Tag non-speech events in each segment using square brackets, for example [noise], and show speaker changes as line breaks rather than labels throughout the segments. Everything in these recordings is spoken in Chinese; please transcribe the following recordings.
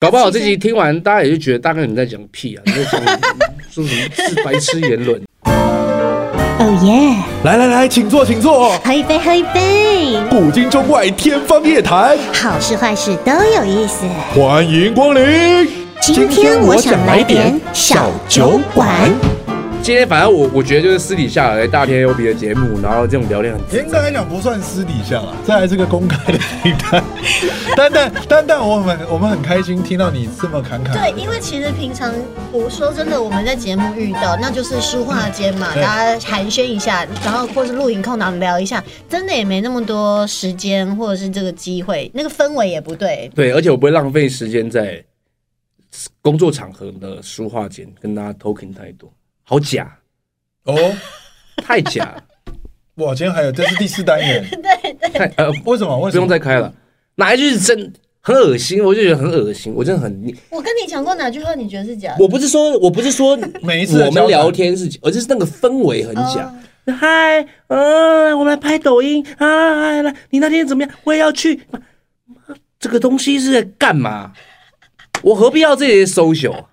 搞不好这集听完，大家也就觉得大概你在讲屁啊，你 [laughs] 在讲说什么是白痴言论。
哦耶！
来来来，请坐，请坐。
喝一杯，喝一杯，
古今中外，天方夜谭，
好事坏事都有意思。
欢迎光临。
今天我想来点小酒馆。
今天反正我我觉得就是私底下来大天 O B 的节目，然后这种聊天很自
严
在
格来讲不算私底下啦，这还是个公开的平台。丹丹，丹丹，我们我们很开心听到你这么侃侃。
对，因为其实平常我说真的，我们在节目遇到，那就是书画间嘛，
对
大家寒暄一下，然后或是露营空档聊一下，真的也没那么多时间或者是这个机会，那个氛围也不对。
对，而且我不会浪费时间在工作场合的书画间跟大家 talking 太多，好假，
哦，
太假，
我今天还有，这是第四单元，
太呃
为什么？为
不
什
用
么？
再开了，哪一句是真？很恶心，我就觉得很恶心，我真的很腻。
我跟你讲过哪句话？你觉得是假的？
我不是说，我不是说
[laughs] 每一次的
我们
交谈
聊天是，而是那个氛围很假
哦。
嗨，嗯，我们来拍抖音啊！来来，你那天怎么样？我也要去。妈这个东西是在干嘛？我何必要这些 social？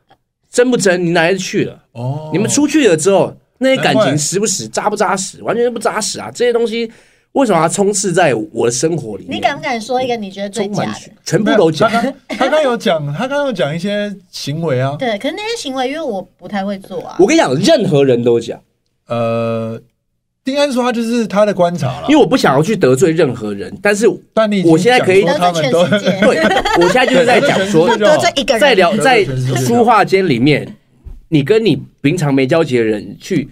真不真？你哪里去了？
哦
你们出去了之后，那些感
难怪
情实不实、扎不扎实，完全不扎实啊！这些东西为什么要充斥在我的生活里面？
你敢不敢说一个你觉得最
充满
假的？
全部
没有
都假
他。刚他刚有讲，他刚有讲一些行为啊，
对，可是那些行为，因为我不太会做啊
我。跟你讲，任何人都假。
呃，应该说他就是他的观察了
因。为我不想要去得罪任何人，但是
但你已经
我现在可以
讲说他们都
得罪全世界
对我现在就是在讲说，
对
得罪一个
在
人，
聊在书画间里面，你跟你平常没交集的人去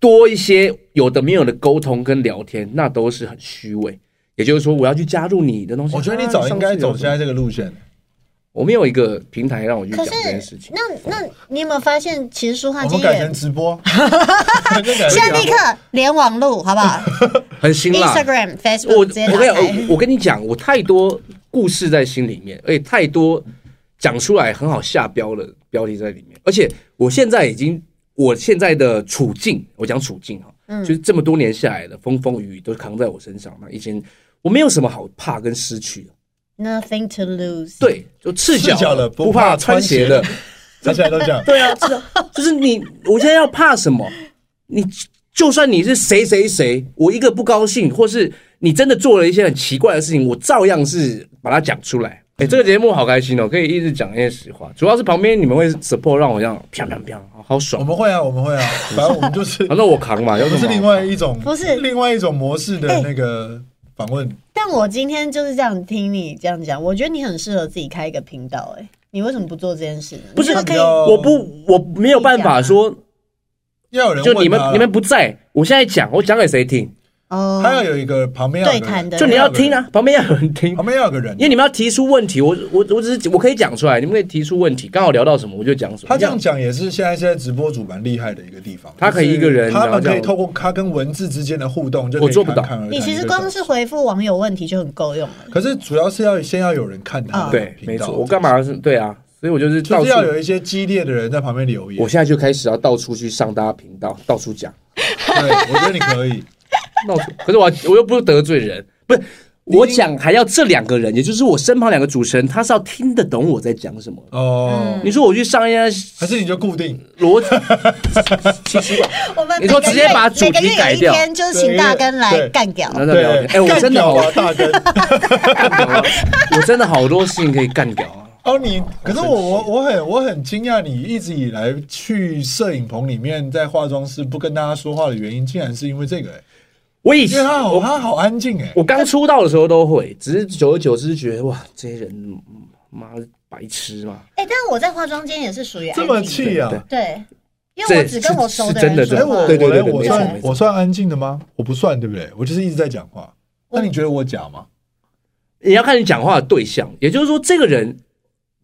多一些有的没有的沟通跟聊天，那都是很虚伪。也就是说，我要去加入你的东西。
我觉得你
啊
早应该走
上次有
现，
什
在
么
这个路线。
我们有一个平台让我去
可
讲这件事
是
情。
那那你有没有发现，其实书画
我
间
们
也
改成直
[laughs]
播， [laughs] 我们就改成直播
现在立刻连网路好
[laughs]
不好
很辛辣。
？Instagram、
我
Facebook
我
直
跟
接
你
打
讲
开。
我我跟你讲，我太多故事在心里面，而且太多讲出来很好下标的标题在里面。而且我现在已经，我现在的处境，我讲处境哈，
嗯
就是这么多年下来的风风雨雨都扛在我身上嘛。以前我没有什么好怕跟失去的，
Nothing to lose。
对，就赤脚
赤脚了
不
不
怕
怕
穿
穿
鞋
鞋
的
的，他现在都这样。
对啊，是的，就是你，我现在要怕什么？你就算你是谁谁谁，我一个不高兴，或是你真的做了一些很奇怪的事情，我照样是把它讲出来。
嗯
哎、这个节目好开心哦，可以一直讲一些实话。主要是旁边你们会 support 让我这样啪啪啪，好好
我
爽。
们会啊，我们会啊，反正我们就
[laughs]
是
反、正我扛嘛，要
不
什
是
么
另外一种，
不是
另外一种模式的那个访问。
但我今天就是这样听你这样讲，我觉得你很适合自己开一个频道、哎，你为什么不做这件事呢？
不是
你可以
比较
我不我没有办
啊
法说，
要有人
就
问
你们
他
你们不在，我现在讲，我讲给谁听？
哦
他要有一个旁边要有
对
个
谈
人，
的，
就你要听啊，旁边要有人听。
旁边要有个人
因。为你们要提出问题，我我我只是我可以讲出来，你们可以提出问题，刚好聊到什么我就讲什么。
他这样讲也是现在现在直播主蛮厉害的一个地方，
他可以一个人
就是他
然后
们
这样
可以透过他跟文字之间的互动，就
我做不到
可以侃侃而谈
你其
一
实
个
光
小时
是回复网友问题就很够用了。
可是主要是要先要有人看他的
啊
对，
频
没
道
错，我干？嘛是对啊，所以我就是
就
到
是
处，
要有一些激烈的人在旁边留言
我。现在就开始要到处去上大家频道，到处讲，
对，我觉得你可 [laughs] 以。
到处。可是我要我又不是得罪人，不是我讲还要这两个人，也就是我身旁两个主持人，他是要听得懂我在讲什么。
哦，
你说我去上一些
还是你就固定
逻辑， [laughs] 奇奇怪
我们
你说
每个
直接
月
把主
每个
题
月
改
有一
掉
天就是请大根来
对
干掉。
然后再聊天。哎，我
干
真的
掉
好， [laughs]
啊，大根。
我真的好多事情可以干掉啊。
哦， [laughs] 你可是我我我很我很惊讶，你一直以来去摄影棚里面在化妆室不跟大家说话的原因，竟然是因为这个、欸，
我以
因为
前
他好
我
他好安静哎、
我刚出道的时候都会，只是久而久之觉得哇，这些人嗯妈白痴嘛。
哎、但我在化妆间也是属于安
这
静
么
的
气啊
对！
对，因为我只跟我熟人
是是真
哎、
的
说
真
话
我
的。对对对对
我
没
来
错
我
没
算
错
我算安静的吗？我不算，对不对？我就是一直在讲话。那你觉得我假吗？
你要看你讲话的对象，也就是说，这个人，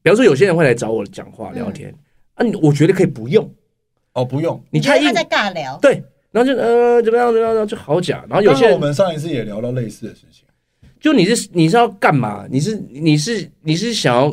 比方说有些人会来找我讲话聊
嗯
天，啊，你我觉得可以不用，
哦，不用。
你
你觉
太
得
硬
他，在尬聊，
对，然后就呃怎么样怎么样，然后就好假，然后有
当
些
然，我
人
们上一次也聊到类似的事情。
就你是你是要干嘛？你是你是你是想要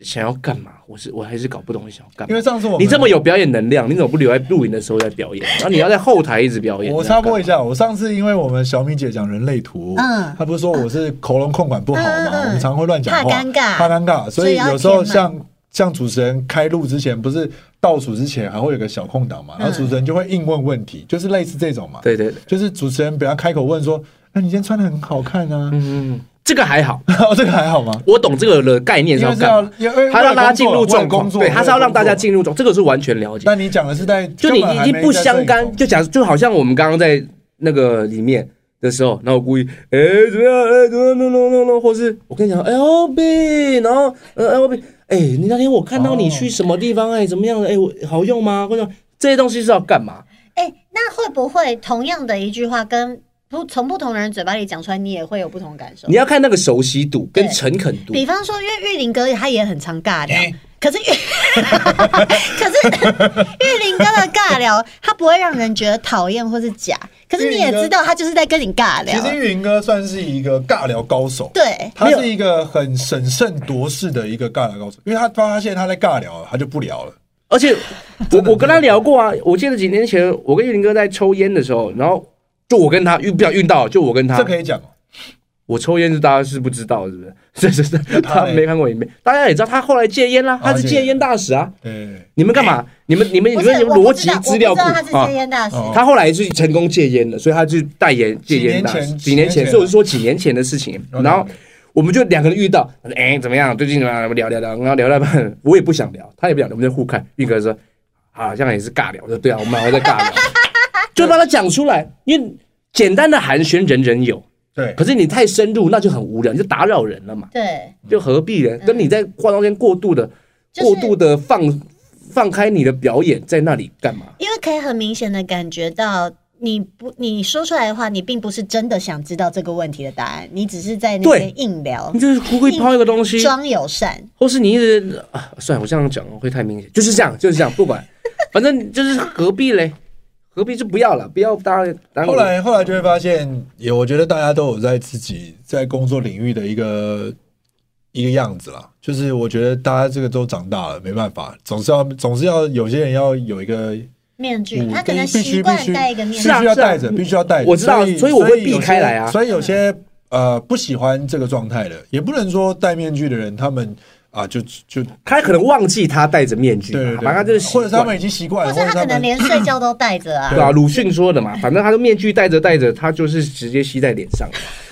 想要干嘛？我是我还是搞不懂你想要干
因
嘛
为。上次我们
你这么有表演能量，你怎么不留在录影的时候在表演？然后你要在后台一直表演。
我
这样
插
干嘛
播一下，我上次因为我们小米姐讲人类图，
嗯
她不是说我是喉咙控管不好
嗯嗯
嘛，
嗯
我们常会乱讲话，
怕尴尬
怕尴尬，所
所以
以
要
有时候
填满
像像主持人开录之前，不是倒数之前还会有个小空档嘛，
嗯
然后主持人就会硬问问题，就是类似这种嘛。
对对对，
就是主持人不要开口问说：“那、你今天穿的很好看啊。
嗯，这个还好，
[laughs] 然后这个还好
[laughs]
吗？
我懂这个的概念是
因
要
为是
干
要
嘛，，
因为
他让大家进入状
工
况，
作，
对，他是要让大家
入。
进入状，这个是完全了解。
但你讲的是在
就你
根本
已
还
经
没
不
在
相
摄影
干，
棚
就假如就好像我们刚刚在那个里面的时候，然后我故意哎怎么样哎怎么样弄弄弄弄，或是我跟你讲哎 L B，然后呃 L B，哎你那天我看到你去什么地方哎怎么样哎我好用吗？或者这些东西是要干嘛？
哎、那会不会同样的一句话跟不从不同人嘴巴里讲出来，你也会有不同感受
你？要看那个熟悉度跟
对
诚恳度。
比方说，因为玉林哥他也很常尬聊，
哎
可是玉， [laughs] 可
[laughs]
是玉林哥的尬聊，他不会让人觉得讨厌或是假，可是你也知道他就是在跟你尬聊
其，实玉林哥算是一个尬聊高手，
对，
他是一个很审慎夺势的一个尬聊高手，因为他发现他在尬聊了，他就不聊了。
而
[laughs]
且我我跟他聊过啊，我记得几年前我跟玉林哥在抽烟的时候，然后就我跟他遇不小心遇到，就我跟他
这可以讲哦，
我抽烟是大家是不知道，是不是？是 [laughs] 是是，
他
他
嘞
哎
没看过影片，大家也知道他后来戒
哦
烟啦，他是
戒
戒
烟
烟大使啊。
对，
你们干嘛？你们你们你
哎不
们
是
有
我
逻
不
辑
知道
资料
我
库
不知道他是
啊
戒？烟大使，
哦
他后来是成功戒烟了，所以他就代言戒烟大使。几
几
年
年前
前，所以我是说几年前的事情。然后我们就两个人遇到，哎，怎么样？最近怎么样？我们聊聊聊，然后聊到一半，我也不想聊，他也不想聊，我们就互看。玉哥说，好像也是尬聊。我说对啊，我们还在尬聊，就把它讲出来，因为简单的寒暄人人有。
对，
可是你太深入，那就很无聊，你就打扰人了嘛，
对，
就何必呢？跟你在化妆间过度的、
就是
过度的放放开你的表演在那里干嘛？
因为可以很明显的感觉到。你不，你说出来的话，你并不是真的想知道这个问题的答案，你只是在那
对
边硬聊
你，就是故意抛一个东西，
装友善。
或是你一直啊，算了，我这样讲会太明显，就是这样，就是这样，不管，反正就是何必嘞？何必就不要了，不要搭。搭
后来后来就会发现，也我觉得大家都有在自己在工作领域的一个一个样子啦。就是我觉得大家这个都长大了，没办法，总是要总是要有些人要有一个
面具，
嗯
他可能
必
习
须
惯
必须
戴一个面
必
具
须
是啊。
要带着，必须要带着。
我知道所以我会避开来啊
所以有些所以有些呃不喜欢这个状态的，也不能说戴面具的人，他们啊就就
他可能忘记他戴着面具嘛，
对对对，
反正他就是习
或
惯
者是他们已经习惯
或
了，
者他可能
们
连睡觉都戴着
[laughs]
啊
对。啊，鲁迅说的嘛，反正他的面具戴着戴着，他就是直接吸在脸上，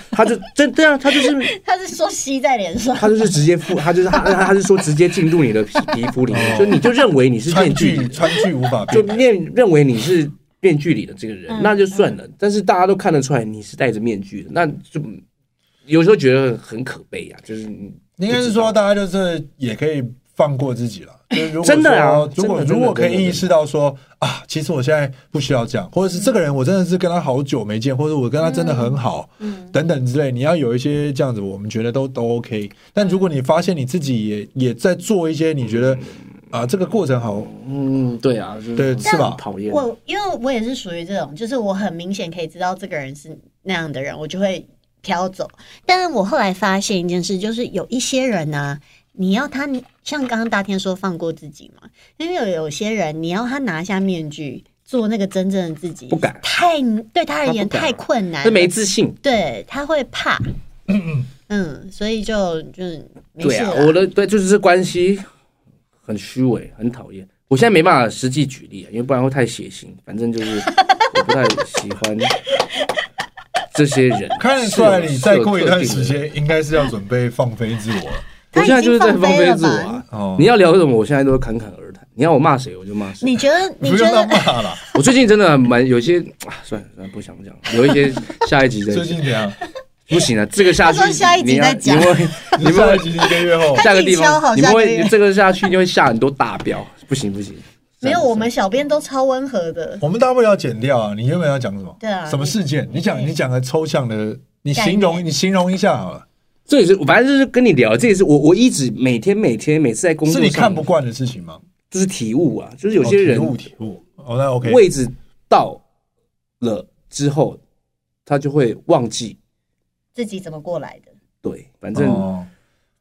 他就真对啊，他就是
他是说吸在脸上，
他就是直接附，他就是他他他是说直接进入你的皮皮肤里
哦
面，就你就认为你是
川
面具
剧
里，
川剧无法
[laughs] 就
避免。
面认为你是面具里的这个人
嗯，
那就算了。但是大家都看得出来你是戴着面具的，那就有时候觉得很可悲啊，就是你
应该是说大家就是也可以放过
[coughs]
自己了。就是如果
真的啊
说
真的
如果
真的
如果可
真的
以意识到说啊，其实我现在不需要这样，或者是这个人我真的是跟他好久没见，或者我跟他真的很好，
嗯
等等之类，你要有一些这样子，我们觉得都都 OK。但如果你发现你自己也也在做一些你觉得啊这个过程好，
嗯，对啊，就是
对是吧
很讨厌。
我因为我也是属于这种，就是我很明显可以知道这个人是那样的人，我就会挑走。但我后来发现一件事，就是有一些人呢、你要他像刚刚大天说放过自己嘛，因为有有些人你要他拿下面具做那个真正的自己，
不敢
太对他而言
他不敢
太困难
他
了，
没自信，
对他会怕，嗯，所以就就是没
对
事
啊，
啦
我的对就是这关系很虚伪，很讨厌。我现在没办法实际举例啊，因为不然会太血腥。反正就是我不太喜欢 [laughs] 这些人。
看得出来
啊
你再过一段时，间应该是要准备放飞自我了。
我现在就是在放飞自我
他已经放飞了
啊
吧。
哦
你要聊什么，我现在都会侃侃而谈。你要我骂谁，我就骂谁。
你觉得
不
你觉
用他
得
[laughs]
骂了，
我最近真的蛮有一些，啊算了算了，不想讲。有一些下一集再
最
讲
近怎样？
不行了，这个下去
他说下一集
你要
再讲
你会，
你们下一集一个月后
下个地
自己敲
方，
好
你们
下个
会
月
这个下去就会下很多大标，不行不行。
[laughs] 没有？
算了
我们小编都超温和的，
我们大不了剪掉啊。你原本要讲什么？
对啊
什么事件？你讲
对
你讲个抽象的，你
概
形容
念
你形容一下好了，
这也是，反正就是跟你聊，这也是我我一直每天每天每次在工作
是
上，
你看不惯的事情吗？
就是体悟啊，就是有些
哦
人
体悟体悟，哦，那 OK，
位置到了之后，他就会忘记。
自己怎么过来的？
对，反正
哦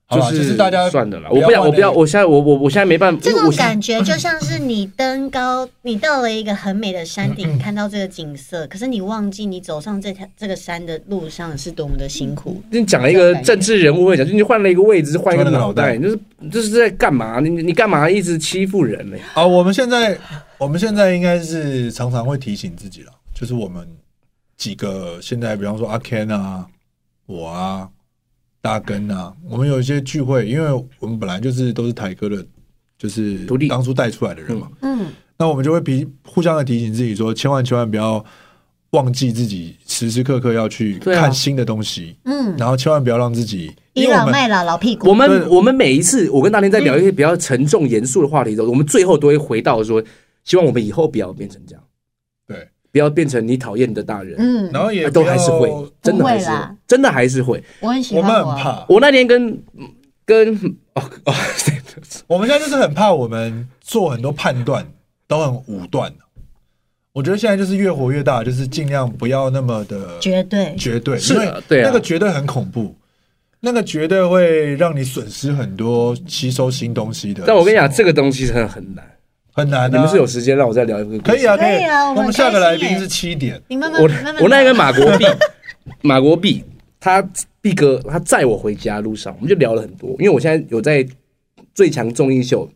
好啦
是
就是大家
算的啦，
不
我
要
不想，
换
我不要，
那个
我现在我我我现在没办法，
这
因为
种
我现在
感觉就像是你登高，你到了一个很美的山顶，看到这个景色，可是你忘记你走上这条这个山的路上是多么的辛苦。
你讲了一个政治人物会讲，就你换了一个位置，换一个
换了个
脑
脑袋
袋，你就是你就是在干嘛？你你你干嘛一直欺负人呢？
啊，我们现在我们现在应该是常常会提醒自己了，就是我们几个现在，比方说阿 Ken 啊，我啊，大根啊，我们有一些聚会，因为我们本来就是都是台哥的，就是
徒弟
当初带出来的人嘛，
嗯，
那我们就会提互相的提醒自己说，千万千万不要忘记自己时时刻刻要去
对啊
看新的东西，
嗯
然后千万不要让自己，
倚
因为我
老
们
卖老，老屁股。
我们
对
我们每一次我跟大天在聊一些比较沉重严肃的话题的时候，我们最后都会回到说，希望我们以后不要变成这样，
对，
不要变成你讨厌的大人，
嗯，
然后也
啊都还是
不
会
要，
真的还
不
是
会啦
真的还是会。
我很喜
我
欢
们很
我啊。
怕，
我那天跟跟哦哦， [laughs]
我们现在就是很怕我们做很多判断都很武断。我觉得现在就是越活越大，就是尽量不要那么的
绝对，
绝对，
是
因为
啊对啊
那个绝对很恐怖，那个绝对会让你损失很多吸收新东西的时候。
但我跟你讲，这个东西真的很难。
很难、啊。
你们是有时间让我再聊一个？
可以啊，
可以
以
啊我
我
们
们下个
开
来
心耶
宾是七点，
你慢慢
我
慢慢聊。
我那个马
[laughs]
国碧，马国碧，他毕哥他载我回家路上，我们就聊了很多，因为我现在有在最强综艺秀，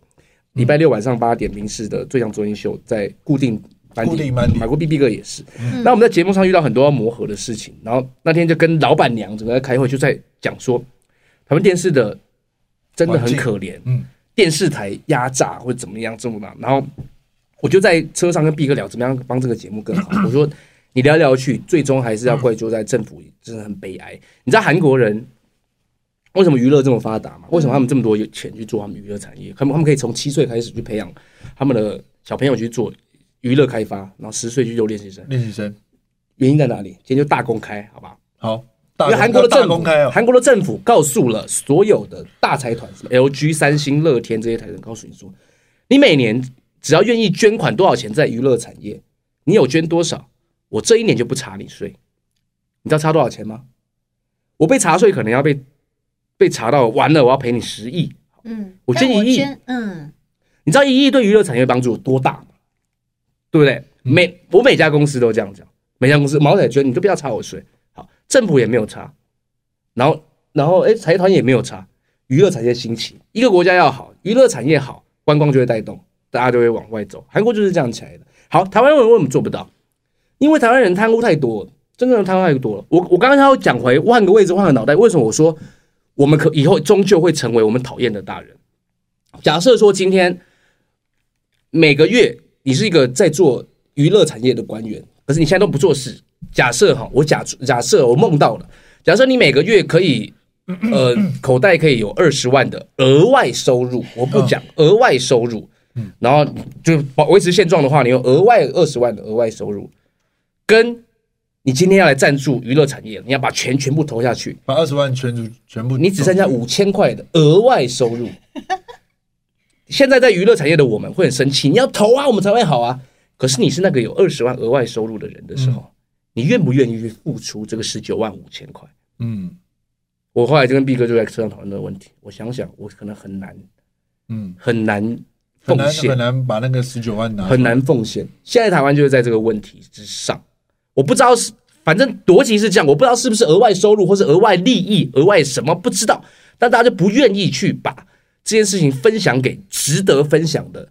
礼拜六晚上八点民视的最强综艺秀在固定班
固
底
定班底
马国碧毕哥也是。
嗯
那我们在节目上遇到很多要磨合的事情，然后那天就跟老板娘整个在开会，就在讲说，台湾电视的真的很可怜，
嗯，
电视台压榨或者怎么样这么大，然后我就在车上跟毕哥聊怎么样帮这个节目更好。我说你聊来聊去，最终还是要怪罪在政府，真的很悲哀。你知道韩国人为什么娱乐这么发达吗？为什么他们这么多有钱去做他们娱乐产业？他们他们可以从七岁开始去培养他们的小朋友去做娱乐开发，然后十岁去做练习生。
练习生。
原因在哪里？今天就大公开，好吧？
好，大
因为韩国的
大
政
公
府
开，哦，
韩国的政府告诉了所有的大财团，什么 LG、三星、乐天这些财团，告诉你说，你每年只要愿意捐款多少钱在娱乐产业，你有捐多少，我这一年就不查你税。你知道差多少钱吗？我被查税可能要被被查到完了，我要赔你十亿。
嗯，
我
但
建议
我
一
捐嗯，
你知道一亿对娱乐产业帮助有多大吗？对不对？每我每家公司都这样讲，每家公司毛仔捐你就不要查我税，好，政府也没有查，然后然后哎财团也没有查，娱乐产业兴起，一个国家要好，娱乐产业好，观光就会带动，大家就会往外走。韩国就是这样起来的。好，台湾人为什么做不到？因为台湾人贪污太多了，真正的贪污太多了。我我刚刚要讲回换个位置换个脑袋，为什么我说我们可以后终究会成为我们讨厌的大人？假设说今天每个月你是一个在做娱乐产业的官员，可是你现在都不做事。假设哈，我假假设我梦到了，假设你每个月可以，呃，口袋可以有二十万的额外收入，我不讲额外收入，然后就保维持现状的话，你有额外二十万的额外收入，跟你今天要来赞助娱乐产业，你要把钱全部投下去，
把二十万全部全部，
你只剩下五千块的额外收入。现在在娱乐产业的我们会很生气，你要投啊，我们才会好啊。可是你是那个有二十万额外收入的人的时候，你愿不愿意去付出这个十九万五千块？
嗯
我后来就跟毕哥就在车上讨论这个问题，我想想，我可能很难
嗯，
很难
很
奉
难
献
很，难把那个十九万拿出来，
很难奉献。现在台湾就是在这个问题之上，我不知道是，反正逻辑是这样，我不知道是不是额外收入或是额外利益、额外什么不知道，但大家就不愿意去把这件事情分享给值得分享的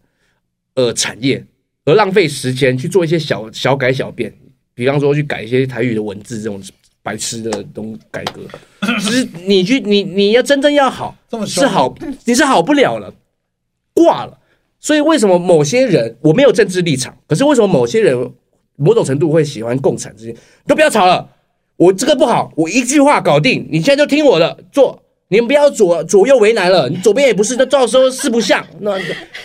呃产业，而浪费时间去做一些小小改小变，比方说去改一些台语的文字这种白痴的东改革，其实你去你你要真正要好
这么凶啊
是好，你是好不了了，挂了。所以为什么某些人我没有政治立场，可是为什么某些人某种程度会喜欢共产这些？都不要吵了，我这个不好，我一句话搞定，你现在就听我的做，你们不要左左右为难了，你左边也不是，那到时候四不像。那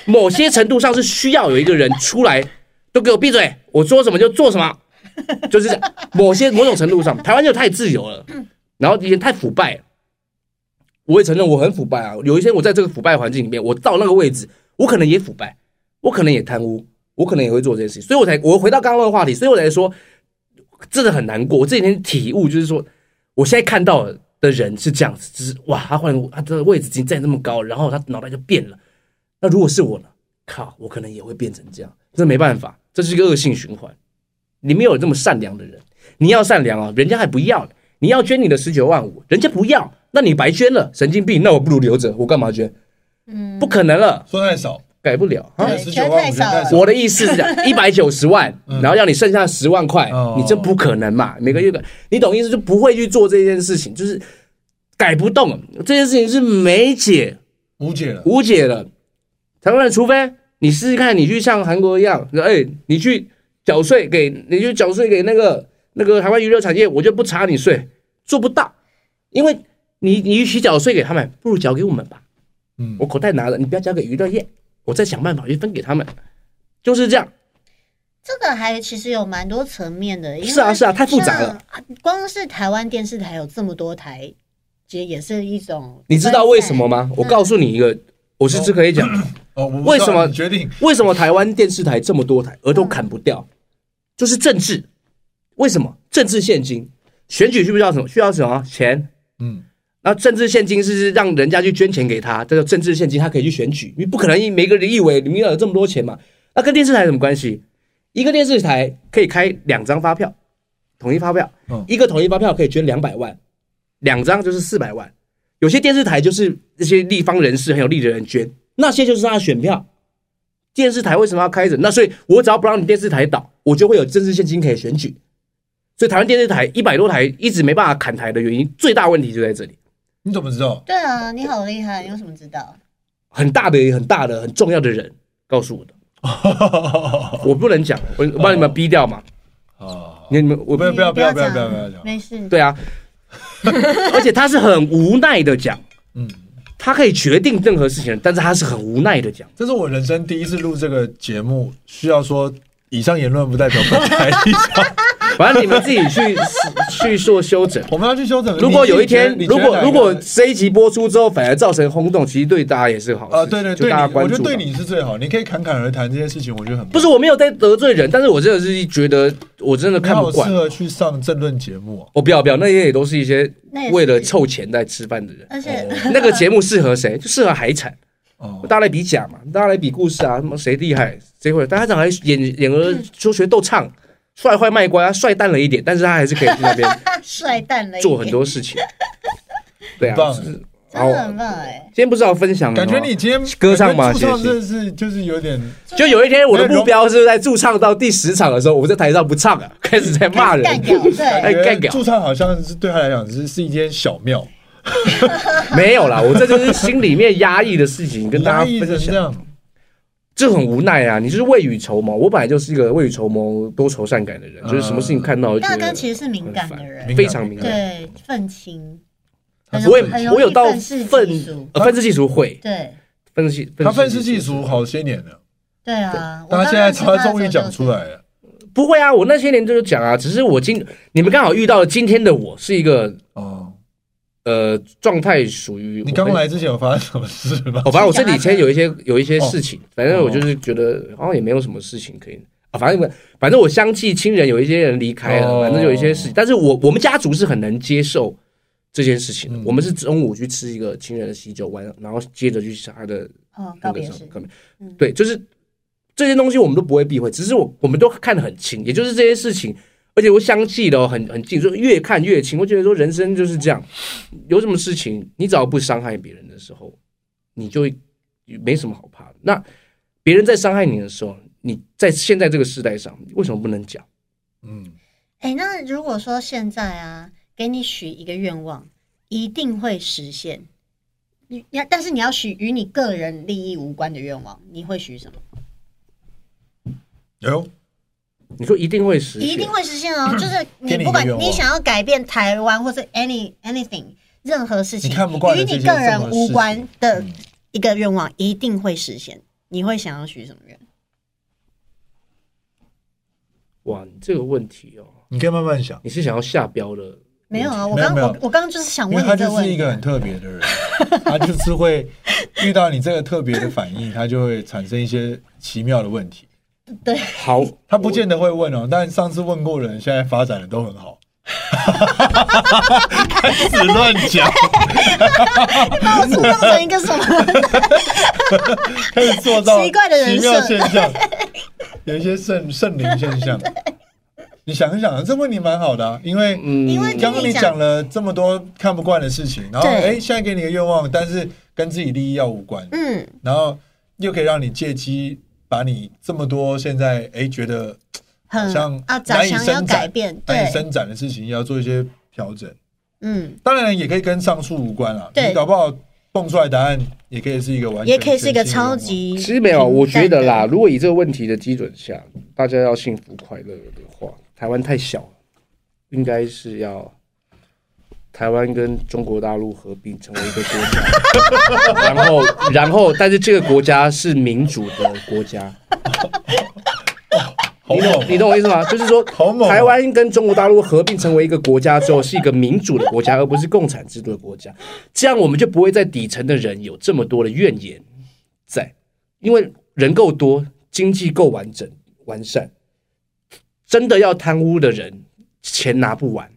某些程度上是需要有一个人出来，都给我闭嘴，我说什么就做什么，就是这样某些某种程度上，台湾就太自由了，然后也太腐败了。我也承认我很腐败啊，有一天我在这个腐败环境里面，我到那个位置，我可能也腐败，我可能也贪污，我可能也会做这件事情，所以我才我回到刚刚的话题，所以我才说真的很难过。我这几天体悟就是说，我现在看到了的人是这样子，就是哇，他忽然他的位置已经站那么高，然后他脑袋就变了。那如果是我呢？靠，我可能也会变成这样，这没办法，这是一个恶性循环。你没有这么善良的人，你要善良啊，人家还不要呢。你要捐你的十九万五，人家不要，那你白捐了，神经病。那我不如留着，我干嘛捐？
嗯，
不可能了，
说太少，
改不了啊！
对
十
觉
九
得
万
太
五
少了
太少，
[laughs] 我的意思是
[laughs]
讲一百九十万，
嗯
然后要你剩下十万块
哦，
你这不可能嘛？每个月的，你懂意思就不会去做这件事情，就是改不动这件事情是没解
无解了。
无解的。台湾人，除非你试试看，你去像韩国一样，哎、你去缴税给，你去缴税给那个那个台湾娱乐产业，我就不查你税，做不到，因为你你与其缴税给他们，不如缴给我们吧。
嗯
我口袋拿了，你不要交给娱乐业，我再想办法去分给他们，就是这样。
这个还其实有蛮多层面的，因为
是啊是啊太复杂了
像。光是台湾电视台有这么多台，其实也是一种。
你知道为什么？吗？我告诉你一个，我是这可以讲，
哦，我不知道
为什么
你决定？
为什么台湾电视台这么多台，而都砍不掉，就是政治。为什么政治现金选举需不需要什么？需要什么钱？
嗯，
然后政治现金是让人家去捐钱给他，这叫政治现金，他可以去选举。你不可能一每个人以为你们要有这么多钱嘛？那跟电视台有什么关系？一个电视台可以开两张发票，统一发票，
嗯
一个统一发票可以捐两百万，两张就是四百万。有些电视台就是这些立方人士很有利的人捐，那些就是他的选票。电视台为什么要开着？那所以我只要不让你电视台倒，我就会有政治现金可以选举。所以台湾电视台一百多台一直没办法砍台的原因，最大问题就在这里。
你怎么知
[laughs]
道？
对啊，你好厉害，你为什么知道？
很大的、很大的、很重要的人告诉我的，
哦
我不能讲，我我把你们逼掉嘛。
啊，
你你们我
哦不要不要
你
不要不要
讲
不要不要讲，
没事。
对
[laughs]
啊，而且他是很无奈的讲，
嗯，
他可以决定任何事情，但是他是很无奈
[laughs]
的讲。
这是我人生第一次录这个节目，需要说以上言论不代表本台立
[laughs]
场，
反正你们自己去去做修整。
我们要去修整。
如果有一天，
你
如
觉得
果如果
你觉得哪一个
这一集播出之后反而造成轰动，其实对大家也是好事。
呃，对对
就
对，
大家
你
关
我
注
觉
嘛。
得对你是最好，你可以侃侃而谈这些事情，我觉得很
不是我没有在得罪人，但是我真的是觉得我真的
你
看
好
不
适
惯。
合去上政论节目哦。
我不要不要，那些也都是一些
那也是
为了凑钱在吃饭的人。
而且
哦
那个节目适合谁？就适合海产，
哦
大家来比甲嘛，大家来比故事啊，什么谁厉害，谁会？但他长得还演演而说学逗唱，帅坏卖乖，他啊帅淡了一点，但是他还是可以去那
[laughs]
边
他 [laughs] 帅淡了一点，
做很多哦事情。对啊
很，棒
就是
真的
好
很棒哎。
今天不是要分享了
感
吗
觉你今天
歌唱吗
感觉驻唱
谢谢
真的是就是有点
就有一天我的目标是在驻唱到第十场的时候，我在台上不唱了，开始在骂人。
干
[laughs]
掉，对，
哎干掉
驻唱好像是对他来讲是是一间小庙，
没有啦，我这就是心里面压抑的事情，跟大家
压抑成
分
这
享。
样，
这很无奈啊，你就是未雨绸缪。我本来就是一个未雨绸缪、多愁善感的人，
嗯
就是什么事情看到就觉
大
得
哥其实是敏感的人，
非常敏感。
对，愤青，
他
很
是
容
我也
很容易
哎我有到
愤世嫉
愤
俗
呃愤世嫉俗会
对
愤世嫉
他愤世嫉俗好些年了，
对啊，我
他
刚
现在
认识
他
的
终于
时候
讲
就是
出来了。
不会啊，我那些年就是讲啊，只是我今你们刚好遇到今天的我是一个
哦，
呃状态属于
你刚，来之前有发生什么事吗？
哦我反正我这几天有一些有一些
哦
事情，反正我就是觉得好像也没有什么事情可以。啊，反正反正我相继亲人有一些人离开了，
哦
反正有一些事情，但是我我们家族是很能接受这件事情的。
嗯
我们是中午去吃一个亲人的喜酒，完然后接着去吃他的那
哦告
个
别
时候
式，
根本
嗯
对，就是这些东西我们都不会避讳，只是我我们都看得很清，也就是这些事情，而且我相继的哦很很近，就越看越清。我觉得说人生就是这样，有什么事情你只要不伤害别人的时候，你就没什么好怕的。那别人在伤害你的时候，你在现在这个时代上，为什么不能讲？
嗯，
哎，那如果说现在啊，给你许一个愿望，一定会实现。你要，但是你要许与你个人利益无关的愿望，你会许什么？
有
你说一定会实现，
一定会实现哦，
[clears throat]
就是
给
你
你一个
不管
愿望
你想要改变台湾或是 any anything 任何事情，
你看不惯的
与
这些
你个人无
任
关的
事情嗯
一个愿望，一定会实现。你会想要许什么愿？
哇！你这个问题哦，
你可以慢慢想，
你是想要下标的？
没有啊，我
没有
刚
没有
我我刚刚就是想
因
问
为
你
他
这
就是
问
一
题
个很特别的人， [laughs] 他就是会遇到你这个特别的反应，他就会产生一些奇妙的问题。
好，
[laughs]
他不见得会问哦，但上次问过的人，现在发展的都很好。开始乱讲， [laughs]
把我塑造成一个什么？ [laughs]
开始做到
奇怪的人
奇妙
设
现象，有一些圣圣灵现象。你想一想啊，这问题蛮好的、啊，因为
嗯
因为
刚刚
听
你
你
讲了这么多看不惯的事情，然后
对
哎，现在给你个愿望，但是跟自己利益要无关，
嗯，
然后又可以让你借机把你这么多现在哎觉得好
很
像
啊，
难
想
以
想要
伸
改
展、
变，
难以
对，
伸展的事情，也要做一些调整。
嗯，
当然也可以跟上述无关啦，
对
你搞不好蹦出来答案也可以是一个完全，
也可以是一个超。级
其实没有，啊我觉得啦，
平淡的，
如果以这个问题的基准下，大家要幸福快乐的话，台湾太小了，应该是要台湾跟中国大陆合并成为一个国家，然后然后，但是这个国家是民主的国家，
好
你懂
猛，啊
你懂我意思
[laughs]
吗？就是说，
好猛啊
台湾跟中国大陆合并成为一个国家之后，是一个民主的国家，而不是共产制度的国家。这样我们就不会在底层的人有这么多的怨言在，因为人够多，经济够完整完善，真的要贪污的人钱拿不完，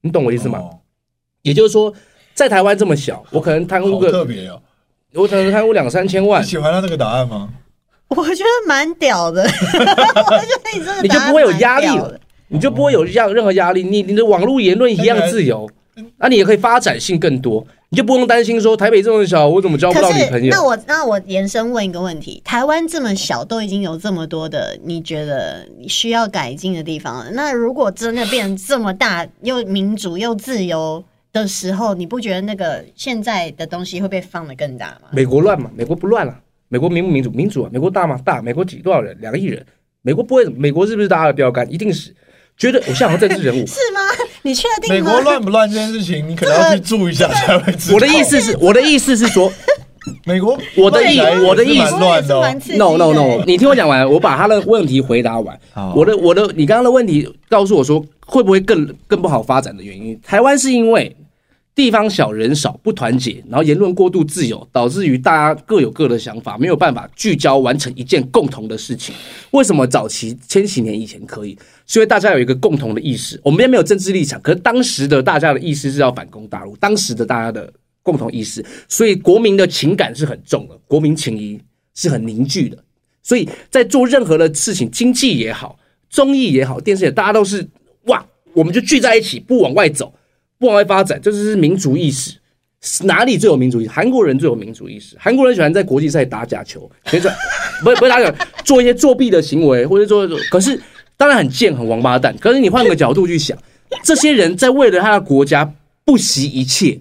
你懂我意思吗？
哦
也就是说，在台湾这么小，我可能贪污
好特
个，
别哦！
我可能贪污两三千万
你，喜欢他这个答案吗？
[laughs] 我觉得蛮屌的，我 [laughs] 觉得你真的
你就
答案
不会有
蛮
压力
屌
了
的，
你就不会有样任何压力，你你的网络言论一样自由，那、你也可以发展性更多，你就不用担心说台北这么小，我怎么交不到
可
女
是
朋友
那？我那我延伸问一个问题：台湾这么小，都已经有这么多的你觉得需要改进的地方了，那如果真的变这么大，又民主又自由的时候，你不觉得那个现在的东西会被放得更大吗？。
美国乱吗？美国不乱了、啊美国民不民主？民主啊！美国大吗？大。美国几多少人？两亿人。美国不会，美国是不是大家的标杆？一定是。觉得我像好像政治人物
[laughs] 是吗？你确定吗？
美国乱不乱这件事情，你可能要去注意一下才会知道。
我的意，思是，我的意思是说
美国，
我的意
乱起来也是
我的意思
蛮乱的
我也是
哦
蛮。刺激的
，no no no，你听我讲完，我把他的问题回答完。
好
我的我的，你刚刚的问题告诉我说，会不会更更不好发展的原因？台湾是因为地方小人少，不团结，然后言论过度自由，导致于大家各有各的想法，没有办法聚焦完成一件共同的事情。为什么早期千禧年以前可以？是因为大家有一个共同的意识，我们也没有政治立场，可是当时的大家的意识是要反攻大陆，当时的大家的共同意识，所以国民的情感是很重的，国民情谊是很凝聚的。所以在做任何的事情，经济也好，综艺也好，电视也好，大家都是哇，我们就聚在一起，不往外走，不往外发展，这就是民族意识。哪里最有民族意识？韩国人最有民族意识。韩国人喜欢在国际赛打假球，所以说 [laughs] 不是不是打假球，做一些作弊的行为，或者说，可是当然很贱，很王八蛋。可是你换个角度去想，这些人在为了他的国家不惜一切，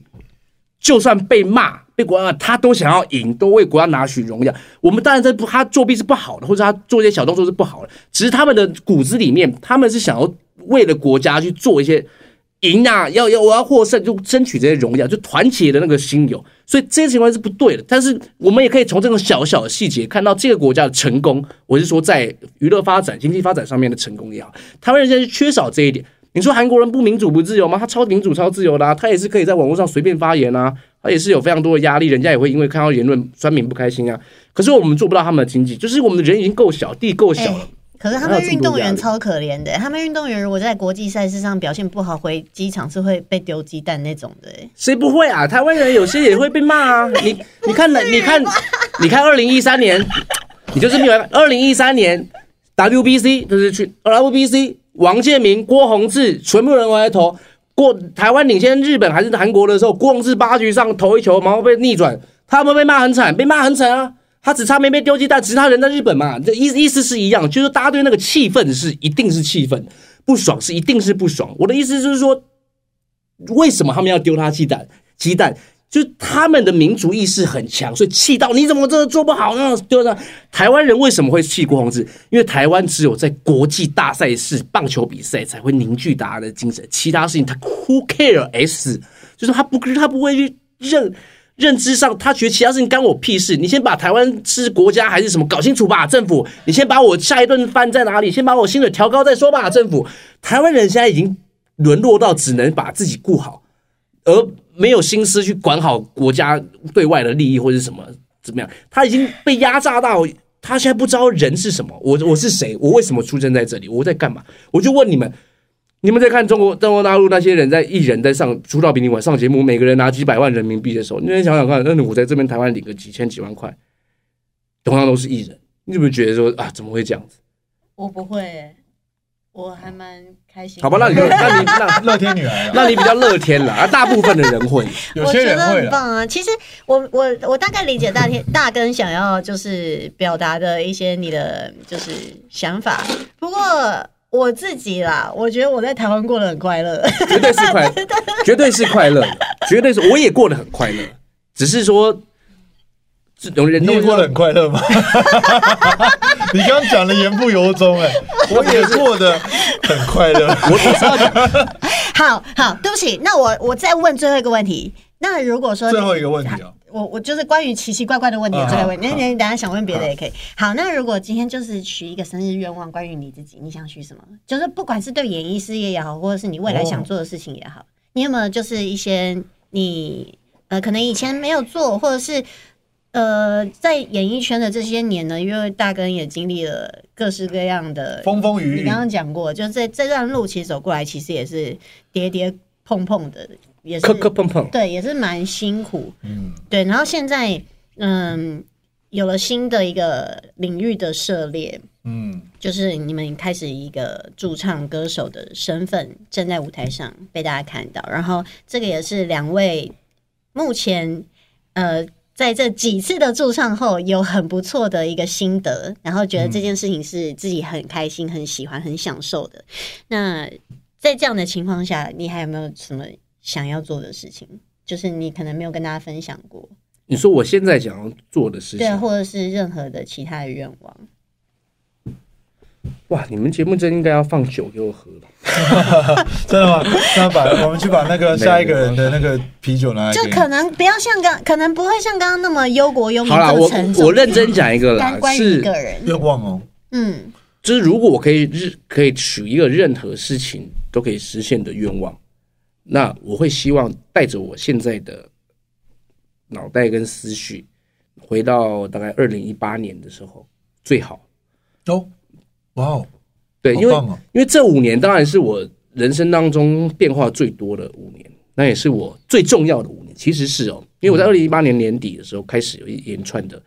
就算被骂、被国家，他都想要赢，都为国家拿取荣耀。我们当然这不，他作弊是不好的，或者他做一些小动作是不好的。只是他们的骨子里面，他们是想要为了国家去做一些赢啊，要要我要获胜，就争取这些荣耀，就团结的那个心有。所以这些情况是不对的。但是我们也可以从这种小小的细节看到这个国家的成功。我是说，在娱乐发展、经济发展上面的成功也好，台湾人现在是缺少这一点。你说韩国人不民主不自由吗？他超民主超自由的、啊，他也是可以在网络上随便发言啊，他也是有非常多的压力，人家也会因为看到言论酸民不开心啊。可是我们做不到他们的经济，就是我们的人已经够小，地够
哎
小了，
可是他
哪有
们
这么
运
多
动
压
员
力
超可怜的，他们运动员如果在国际赛事上表现不好，回机场是会被丢鸡蛋那种的。哎
谁不会啊？台湾人有些也会被骂啊。你你看呢？你看你看，二零一三年，你就是没有二零一三年 WBC 就是去 WBC，王建民、郭宏志全部人回来投。过台湾领先日本还是韩国的时候，郭宏志八局上投一球，然后被逆转，他们被骂很惨，被骂很惨啊。他只差没被丢鸡蛋，只是他人在日本嘛，这意意思是一样，就是大家对那个气氛是一定是气愤，不爽是一定是不爽。我的意思就是说，为什么他们要丢他鸡蛋？鸡蛋就是他们的民族意识很强，所以气到你怎么这做不好呢？丢他。台湾人为什么会气郭宏志？因为台湾只有在国际大赛事、棒球比赛才会凝聚大家的精神，其他事情他 who care s，就是他不他不会去认。认知上，他觉得其他事情干我屁事。你先把台湾是国家还是什么搞清楚吧，政府。你先把我下一顿饭在哪里，先把我薪水调高再说吧，政府。台湾人现在已经沦落到只能把自己顾好，而没有心思去管好国家对外的利益或者是什么怎么样，他已经被压榨到，他现在不知道人是什么，我我是谁，我为什么出生在这里，我在干嘛？我就问你们，你们在看中国中国大陆那些人在艺人在上出道比你晚上节目，每个人拿几百万人民币的时候，你们想想看，那我在这边台湾领个几千几万块，同样都是艺人，你有没有觉得说啊，怎么会这样子？
我不会、欸，我还蛮开心的。
好吧，那你就那你那
乐天女孩啊，
那你比较乐天啦，啊，大部分的人会，
有
[laughs] 我
些
觉
人
得
会
很
了，
棒啊！其实我我我大概理解大天大根想要就是表达的一些你的就是想法，不过我自己啦，我觉得我在台湾过得很快乐。
绝对是快，绝对是快乐的，绝对是，我也过得很快乐，只是说，这种人
你
都
也
是
过得很快
[laughs]
乐吗？你刚刚讲的言不由衷哎、我也过得很快
[laughs]
乐。
我我是要讲，
[laughs] 好好，对不起，那我我再问最后一个问题。那如果说
最后一个问题
[laughs]
哦、
我我就是关于奇奇怪怪的问题的最后一个问题，
啊
那
好
那你等一下想问别的也可以。好，那如果今天就是许一个生日愿望，关于你自己，你想许什么？就是不管是对演艺事业也好，或者是你
哦
未来想做的事情也好，你有没有就是一些你呃可能以前没有做，或者是呃在演艺圈的这些年呢？因为大根也经历了各式各样的
风风雨
你
雨
刚，刚讲过，就是这这段路其实走过来，其实也是跌跌碰碰的，也是
磕磕碰碰，
对，也是蛮辛苦。
嗯，
对，然后现在嗯，有了新的一个领域的涉猎，
嗯，
就是你们开始一个驻唱歌手的身份站在舞台上被大家看到，然后这个也是两位目前呃在这几次的驻唱后有很不错的一个心得，然后觉得这件事情是自己很开心、很喜欢、很享受的。那在这样的情况下，你还有没有什么想要做的事情？就是你可能没有跟大家分享过，
你说我现在想要做的事
对，
情，
或者是任何的其他的愿望。
哇，你们节目真应该要放酒给我喝了，
真的吗？那把我们去把那个下一个人的那个啤酒拿来给
就
你，
可能不要像刚，可能不会像刚刚那么忧国忧民
好啦，
这
我
么沉重。
我认真讲一个啦
嗯干，关于
是
一个人，
愿望哦，
嗯，
就是如果我可以日可以取一个任何事情都可以实现的愿望，那我会希望带着我现在的脑袋跟思绪，回到大概二零一八年的时候最好。
哦，哇哦，
对，因为、
好棒哦
因为这五年当然是我人生当中变化最多的五年，那也是我最重要的五年。其实是哦，因为我
嗯
在二零一八年年底的时候开始有一连串的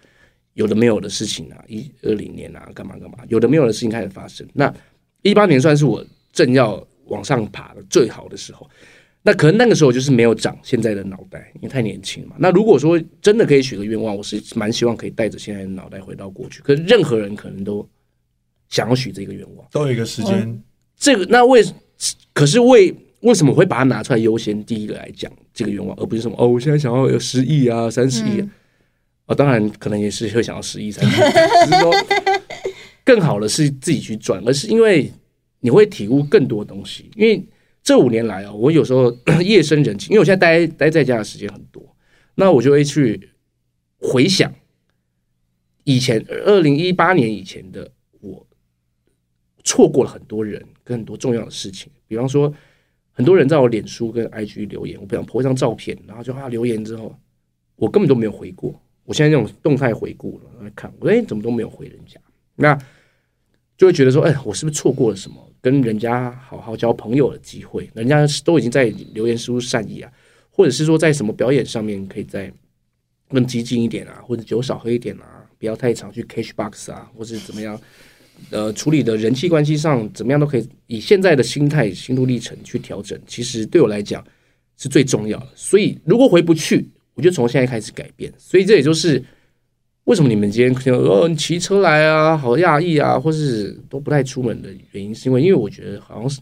有的没有的事情啊，一二零年啊，干嘛干嘛，有的没有的事情开始发生。那一八年算是我正要往上爬的最好的时候。那可能那个时候就是没有长现在的脑袋，因为太年轻嘛。那如果说真的可以许个愿望，我是蛮希望可以带着现在的脑袋回到过去。可是任何人可能都想要许这个愿望，
都有一个时间，
这个那为可是为为什么会把它拿出来优先第一个来讲这个愿望，而不是什么哦，我现在想要有十亿啊、三十亿啊、哦，当然可能也是会想要十亿、三十亿，只是说更好的是自己去赚，而是因为你会体悟更多东西。因为这五年来啊、哦，我有时候 [coughs] 夜深人静，因为我现在待待在家的时间很多，那我就会去回想以前二零一八年以前的我错过了很多人跟很多重要的事情，比方说很多人在我脸书跟 IG 留言，我不想 po 一张照片，然后就啊留言之后，我根本都没有回过。我现在这种动态回顾了来看，我哎、怎么都没有回人家，那就会觉得说，哎、我是不是错过了什么跟人家好好交朋友的机会？人家都已经在留言输出善意啊，或者是说在什么表演上面可以再更激进一点啊，或者酒少喝一点啊，不要太常去 cash box 啊，或是怎么样。呃，处理的人际关系上怎么样都可以，以现在的心态、心路历程去调整，其实对我来讲是最重要的。所以如果回不去，我就从现在开始改变。所以这也就是为什么你们今天可能哦，你骑车来啊，好讶异啊，或是都不太出门的原因，是因为因为我觉得好像是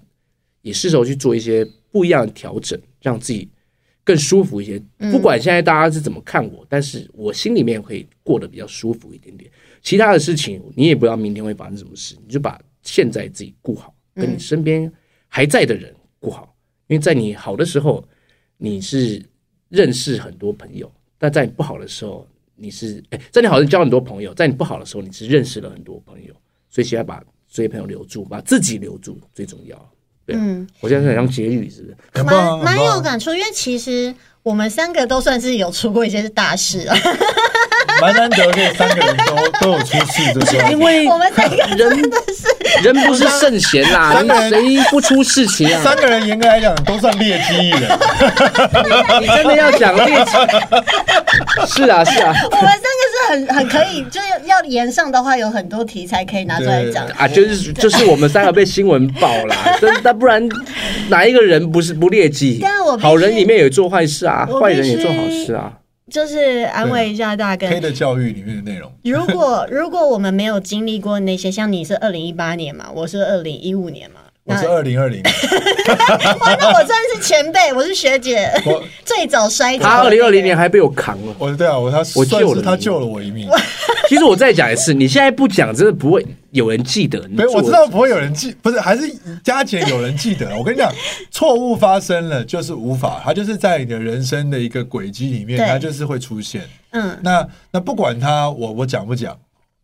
也是时候去做一些不一样的调整，让自己更舒服一些。不管现在大家是怎么看我，但是我心里面会过得比较舒服一点点。其他的事情你也不要明天会发生什么事，你就把现在自己顾好，跟你身边还在的人顾好，因为在你好的时候，你是认识很多朋友；但在你不好的时候，你是哎，在你好的时候交很多朋友，在你不好的时候，你是认识了很多朋友，所以现在把这些朋友留住，把自己留住最重要。对啊，
嗯
我现在很像结语，是不是？
很
蛮
棒啊，
蛮
很棒啊
有感触，因为其实我我们三个都算是有出过一些大事啊，
蛮难得可以三个人都都有出事，这
[laughs]
[laughs]
因
是
为
我们三个
人人不是圣贤
[laughs]
啦，
三个
你
人
谁不出事情啊
三？个人严格来讲都算劣迹艺人，
[laughs]
你真的要讲劣迹？ [laughs] 是啊，是啊，
我们三个是很很可以，就是要延上的话，有很多题材可以拿出来讲。
啊，就是就是我们三个被新闻爆
[laughs]
啦，但但不然哪一个人不是不劣迹
但我必？须
好人里面也做坏事啊，
我必须
坏人也做好事啊。
就是安慰一下大
[laughs] 黑
根。
的教育里面的内容。
如果如果我们没有经历过那些，像你是二零一八年嘛，我是二零一五年嘛，
我
那
是二零
[laughs]
二零，
哇，那我真的是前辈，我是学姐，
我
[laughs] 最早摔跤。
他二零二零年，还被我扛了。
我对啊，我他
我
算
救了
是
你
他救了我一命，
其实我再讲一次，你现在不讲，真的不会有人记得。你
没有，
做
我知道不会有人记，不是，还是佳姐有人记得。我跟
[laughs]
你讲，错误发生了就是无法，它就是在你的人生的一个轨迹里面，
对
它就是会出现。
嗯
那那不管它，我我讲不讲，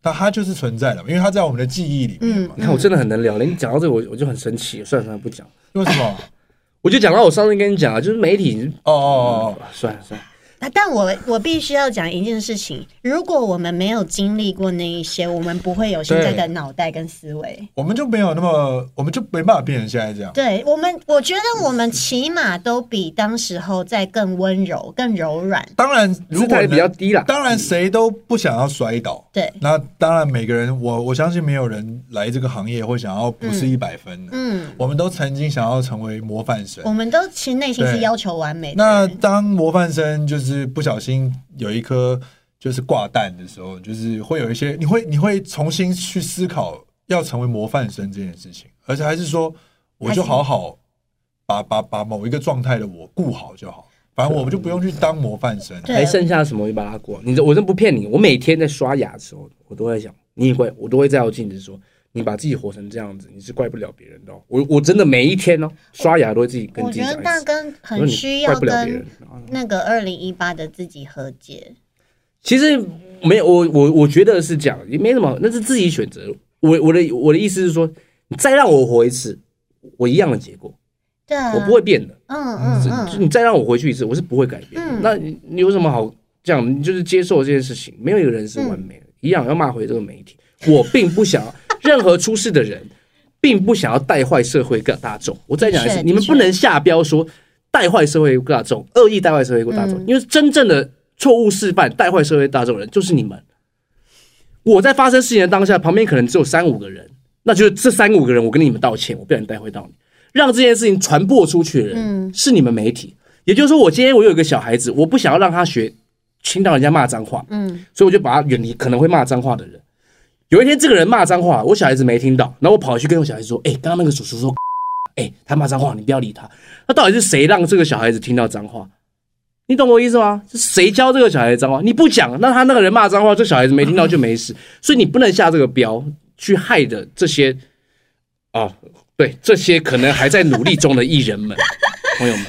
那它就是存在的，因为它在我们的记忆里面嘛。
你看我真的很能聊了，你讲到这个我我就很生气，算了算了不讲，
为什么？
我就讲到我上次跟你讲啊，就是媒体，
哦哦哦哦，
算了算了，
啊但我我必须要讲一件事情，如果我们没有经历过那一些，我们不会有现在的
对
脑袋跟思维。
我们就没有那么，我们就没办法变成现在这样。
对我们，我觉得我们起码都比当时候再更温柔、更柔软。
当然，如
姿
果
态
能
比较嗯低啦。
当然谁都不想要摔倒。
对，
那当然，每个人，我我相信没有人来这个行业会想要不是一百分的。
嗯，
我们都曾经想要成为模范生
我。们都其实内心是
对
要求完美的
那
人。
当模范生就是不小心有一颗就是挂蛋的时候，就是会有一些你会你会重新去思考要成为模范生这件事情，而且还是说我就好好把把把某一个状态的我顾好就好，反正我们就不用去当模范生。啊
对
还剩下什么一把拉过？你这我真不骗你，我每天在刷牙的时候，我都在想，你也会，我都会照镜子说，你把自己活成这样子，你是怪不了别人的哦、我我真的每一天哦，刷牙都会自己跟
我
自己
觉
讲
得
一
大
次，
根
我说
很
你
需
怪
要
不了别人
跟。那个二零一八的自己和解。
其实没有，我我我觉得是这样，也没什么，那是自己选择。我我的我的意思是说，你再让我活一次，我一样的结果，
对啊，
我不会变的。
嗯嗯
就
嗯，
你再让我回去一次，我是不会改变的。
嗯
那你你有什么好这样？你就是接受这件事情，没有一个人
嗯
是完美的，一样要骂回这个媒体。我并不想任何出事的人，并不想要带坏社会各大众。我再讲一
的
次，
确
你们不能下标说带坏社会各大众，恶意带坏社会各大
嗯
众，因为真正的错误示范带坏社会大众的人就是你们。我在发生事情的当下，旁边可能只有三五个人，那就是这三五个人，我跟你们道歉，我不小心带回到你，让这件事情传播出去的人、
嗯
是你们媒体。也就是说，我今天我有一个小孩子，我不想要让他学听到人家骂脏话，
嗯，
所以我就把他远离可能会骂脏话的人。有一天，这个人骂脏话，我小孩子没听到，然后我跑去跟我小孩子说：“哎、刚刚那个叔叔说，哎、他骂脏话，你不要理他。”那到底是谁让这个小孩子听到脏话？你懂我意思吗？是谁教这个小孩子脏话？你不讲，那他那个人骂脏话，这小孩子没听到就没事。所以你不能下这个标去害的这些啊，对这些可能还在努力中的艺人们、朋友们。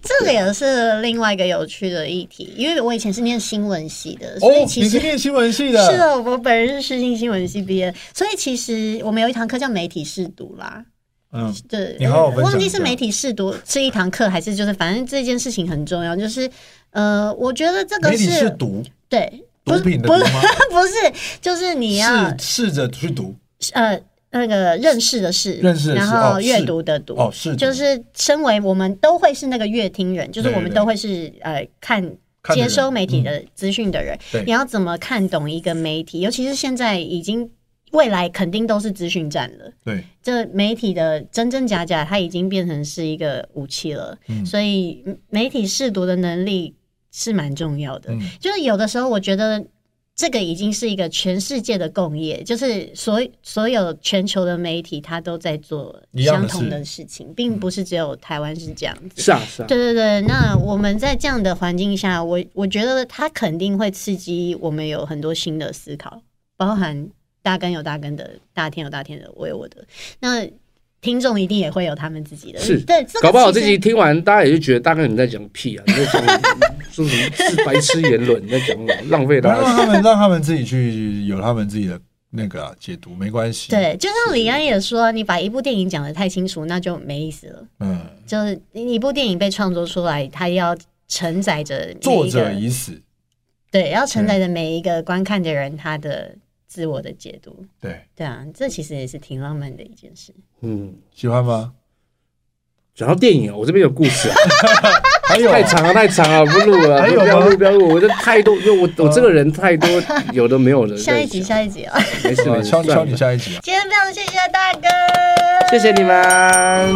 这个也是另外一个有趣的议题，因为我以前是念新闻系的，
哦
所以，
你
其
是
实。
念新闻系
是
的，
的，我本人是世新新闻系毕业，所以其实我们有一堂课叫媒体试读啦，
嗯，
对，
你好好分享一下
忘记是媒体试读是一堂课还是就是，反正这件事情很重要，就是呃，我觉得这个
媒体
是
是毒
对，不
毒
是
品的
不
毒
是
吗？
不是，就是你要
试试着去读
呃那个认识的事，
认识的事
然
哦
后
是
阅读的读，
哦，是毒
就是身为我们都会是那个乐听人，就是
对
我们
对
都会是呃看。
看的
接
人嗯
收媒体的资讯的人，
对
你要怎么看懂一个媒体？尤其是现在已经未来肯定都是资讯站了，
对，
这媒体的真真假假，它已经变成是一个武器了。
嗯
所以媒体试读的能力是蛮重要的。
嗯
就是有的时候，我觉得这个已经是一个全世界的共业，就是所所有全球的媒体，它都在做
一样
相
的
同
事
的事情，并不是只有台湾是这样子。
是啊，是啊。
对对对，那我们在这样的环境下，我我觉得它肯定会刺激我们有很多新的思考，包含大根有大根的，大天有大天的，我有我的。那听众一定也会有他们自己的，
是
对，这个
搞不好这
其实
集听完，大家也就觉得大概你在讲屁啊，你在
[laughs]
讲说什么是白痴言论，你在讲什么浪费大
然后
家。
[laughs]
让他们让他们自己去有他们自己的那个啊解读，没关系。，
对，就像李安也说，你把一部电影讲得太清楚，那就没意思了。
嗯，
就是一部电影被创作出来，它要承载着每一个
作者已死，
对，要承载着每一个观看的人他的自我的解读。
对，
对啊，这其实也是挺浪漫的一件事。
嗯，
喜欢吗？
讲到电影，我这边有故事啊，
[laughs] 还有啊
太长了，太长了，不录了，
还有
不
吗
要录，不要录，我这太多，因为我我这个人太多，有的没有的。
下一集，
在
下一集啊！
想没事
啊
没事，
敲敲
算
你
了，
下一集啊。
今天非常谢谢大哥，
谢谢你们。